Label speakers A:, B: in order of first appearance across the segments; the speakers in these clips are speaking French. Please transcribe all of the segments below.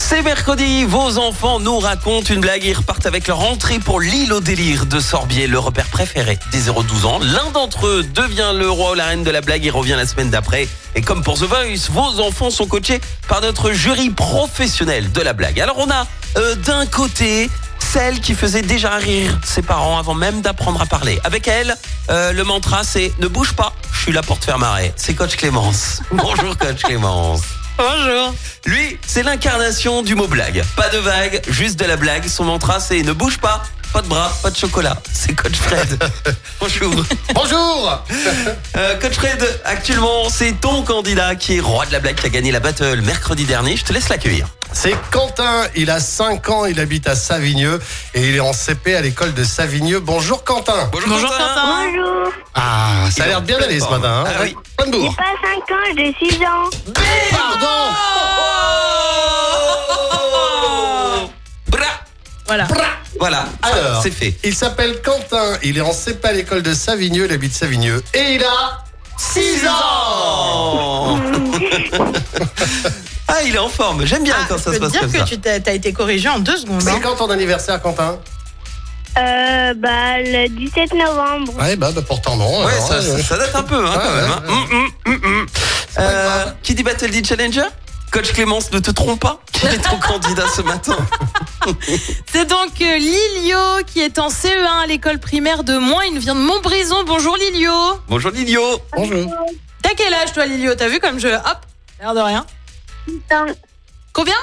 A: C'est mercredi, vos enfants nous racontent une blague et ils repartent avec leur entrée pour l'île au délire de Sorbier, le repère préféré des 0-12 ans. L'un d'entre eux devient le roi ou la reine de la blague et revient la semaine d'après. Et comme pour The Voice, vos enfants sont coachés par notre jury professionnel de la blague. Alors on a euh, d'un côté celle qui faisait déjà rire ses parents avant même d'apprendre à parler. Avec elle, euh, le mantra c'est « Ne bouge pas, je suis là pour te faire marrer ». C'est Coach Clémence. Bonjour Coach Clémence. Bonjour. Lui, c'est l'incarnation du mot blague. Pas de vague, juste de la blague. Son mantra, c'est ne bouge pas, pas de bras, pas de chocolat. C'est Coach Fred. Bonjour.
B: Bonjour
A: Euh, Coach Fred, actuellement, c'est ton candidat qui est roi de la blague qui a gagné la battle mercredi dernier. Je te laisse l'accueillir.
B: C'est Quentin, il a 5 ans, il habite à Savigneux et il est en CP à l'école de Savigneux. Bonjour Quentin
A: Bonjour,
C: Bonjour,
B: Ah, ça a l'air bien d'aller ce matin. hein
A: Ah oui.
B: Plein de
C: j'ai
B: bourre.
C: pas 5 ans, j'ai 6 ans.
B: Pardon
A: Oh Bra.
C: Voilà.
A: Voilà,
B: Alors,
A: c'est fait.
B: Il s'appelle Quentin, il est en CP à l'école de Savigneux, il habite Savigneux et il a 6 ans
A: Oh. ah, il est en forme. J'aime bien quand ça
D: je
A: se
D: peux te
A: passe
D: dire
A: comme
D: que
A: ça.
D: tu t'as t'as été corrigé en deux secondes. hein.
B: C'est quand ton anniversaire Quentin
C: Euh, bah, le 17 novembre.
B: Ouais bah, bah, pourtant non.
A: Ouais,
B: alors,
A: ça,
B: euh,
A: ça- ça date un peu, hein,
B: Ouais,
A: quand
B: ouais,
A: même. hein. Mm, mm, mm, mm. Euh, qui dit Battle dit Challenger Coach Clémence, ne te trompe pas. Quel est ton candidat ce matin
E: C'est donc euh, Lilio qui est en CE1 à l'école primaire de Moins. Il nous vient de Montbrison. Bonjour Lilio.
A: Bonjour Lilio.
B: Bonjour.
E: T'as quel âge toi Lilio T'as vu comme je... Hop, l'air de rien.
C: 7 ans.
E: Combien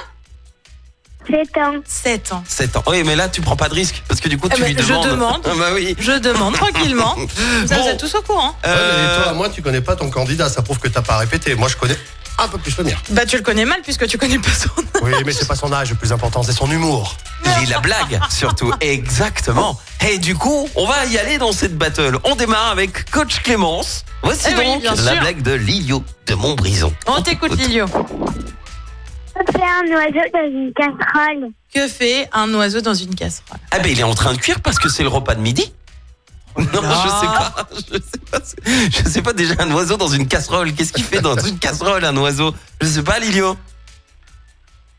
C: 7 ans.
E: 7 ans.
A: 7 ans. Oui, mais là, tu prends pas de risque parce que du coup,
E: Eh
A: tu
E: ben,
A: lui
E: je
A: demandes.
E: demande.
A: Ah, bah oui.
E: Je demande tranquillement. Comme ça,
A: Bon.
E: vous êtes tous au courant.
B: Ouais, mais
A: Euh,
B: toi, moi tu connais pas ton candidat, ça prouve que t'as pas répété. Moi je connais un peu plus le mien.
E: Bah tu le connais mal puisque tu connais pas son nom.
B: Oui mais c'est pas son âge le plus important, c'est son humour.
A: Et la blague, surtout. Exactement. Et du coup, on va y aller dans cette battle. On démarre avec Coach Clémence. Voici
E: Eh oui,
A: donc
E: bien
A: la
E: sûr.
A: blague de Lilio de Montbrison.
E: On t'écoute Lilio.
C: C'est un oiseau dans une casserole.
E: Que fait un oiseau dans une casserole
A: Ah ben il est en train de cuire parce que c'est le repas de midi. Non, je sais
E: là.
A: pas. Je sais pas. ce- Je sais pas déjà un oiseau dans une casserole. Qu'est-ce qu'il fait dans une casserole un oiseau Je sais pas, Lilio.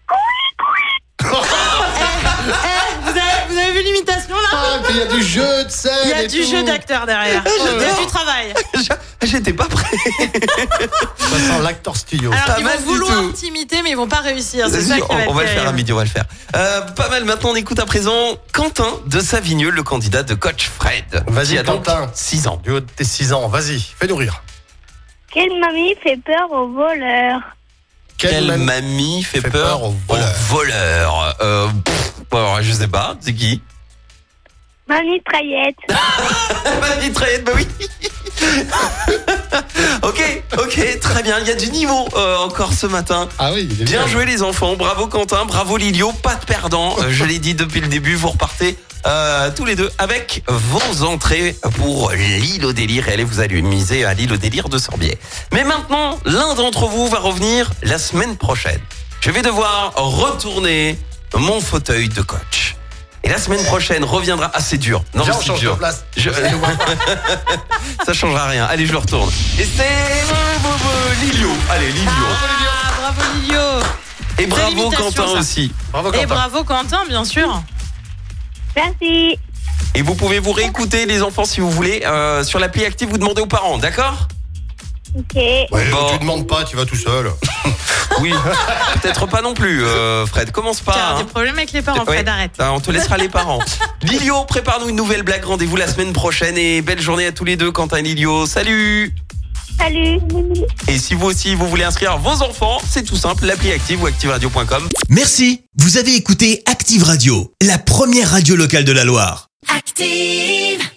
E: Eh, vous, avez, vous avez vu l'imitation là
B: Ah, puis il y a du jeu de scène.
E: Il y a
B: et
E: du
B: tout.
E: jeu d'acteur derrière. Il y a du travail.
A: J'étais pas prêt.
B: Ça sent l'acteur studio.
E: Alors,
A: Pas
E: ils
A: mal
E: vont
A: du tout.
E: vouloir t'imiter, mais ils vont pas réussir. C'est
A: Vas-y,
E: ça qui
A: on,
E: va
A: on va le faire à
E: terrible.
A: midi, on va le faire. Euh, pas mal. Maintenant, on écoute à présent Quentin de Savigneux, le candidat de coach Fred.
B: Vas-y,
A: Qui a donc
B: Quentin.
A: 6 ans.
B: Du haut de tes 6 ans, vas-y, fais-nous rire.
C: Quelle mamie fait peur aux voleurs
B: Quelle
A: Quelle
B: man-
A: mamie fait,
B: fait peur
A: peur
B: Oh.
A: aux
B: aux
A: voleurs,
B: voleurs
A: Euh, pff, alors, Je sais pas. C'est qui
C: Mamie Traillette.
A: Bah, mitraillette, bah oui. ok, ok, très bien. Il y a du niveau euh, encore ce matin.
B: Ah oui, il est
A: Bien joué les enfants. Bravo Quentin, bravo Lilio. Pas de perdant. Euh, je l'ai dit depuis le début, vous repartez euh, tous les deux avec vos entrées pour l'île au délire. Et allez vous amuser à l'île au délire de Sorbier. Mais maintenant, l'un d'entre vous va revenir la semaine prochaine. Je vais devoir retourner mon fauteuil de coach. Et la semaine prochaine reviendra assez dur. Non,
B: Viens, on
A: c'est
B: change de
A: dur.
B: place.
A: Je-
B: Parce que moi,
A: Ça changera rien. Allez, je le retourne. Et c'est euh, euh, Lilio. Allez, Lilio.
E: Ah, bravo Lilio.
A: Et bravo
E: l'imitation,
A: Quentin
E: ça.
A: aussi.
B: Bravo,
E: Et
B: Quentin.
E: bravo Quentin, bien sûr.
C: Merci.
A: Et vous pouvez vous réécouter, les enfants, si vous voulez, euh, sur l'appli active, vous demandez aux parents, d'accord
C: Ok.
B: Ouais,
A: Bon.
B: Tu demandes pas, tu vas tout seul.
A: Oui. Peut-être pas non plus, euh, Fred. Commence pas.
E: T'as
A: hein.
E: des problèmes avec les parents,
A: Ouais.
E: Fred, arrête.
A: Ah, on te laissera les parents. Lilio, prépare-nous une nouvelle blague. Rendez-vous la semaine prochaine et belle journée à tous les deux, Quentin et Lilio. Salut
C: Salut.
A: Et si vous aussi, vous voulez inscrire vos enfants, c'est tout simple, l'appli active ou activeradio.com.
F: Merci, vous avez écouté Active Radio, la première radio locale de la Loire.
G: active.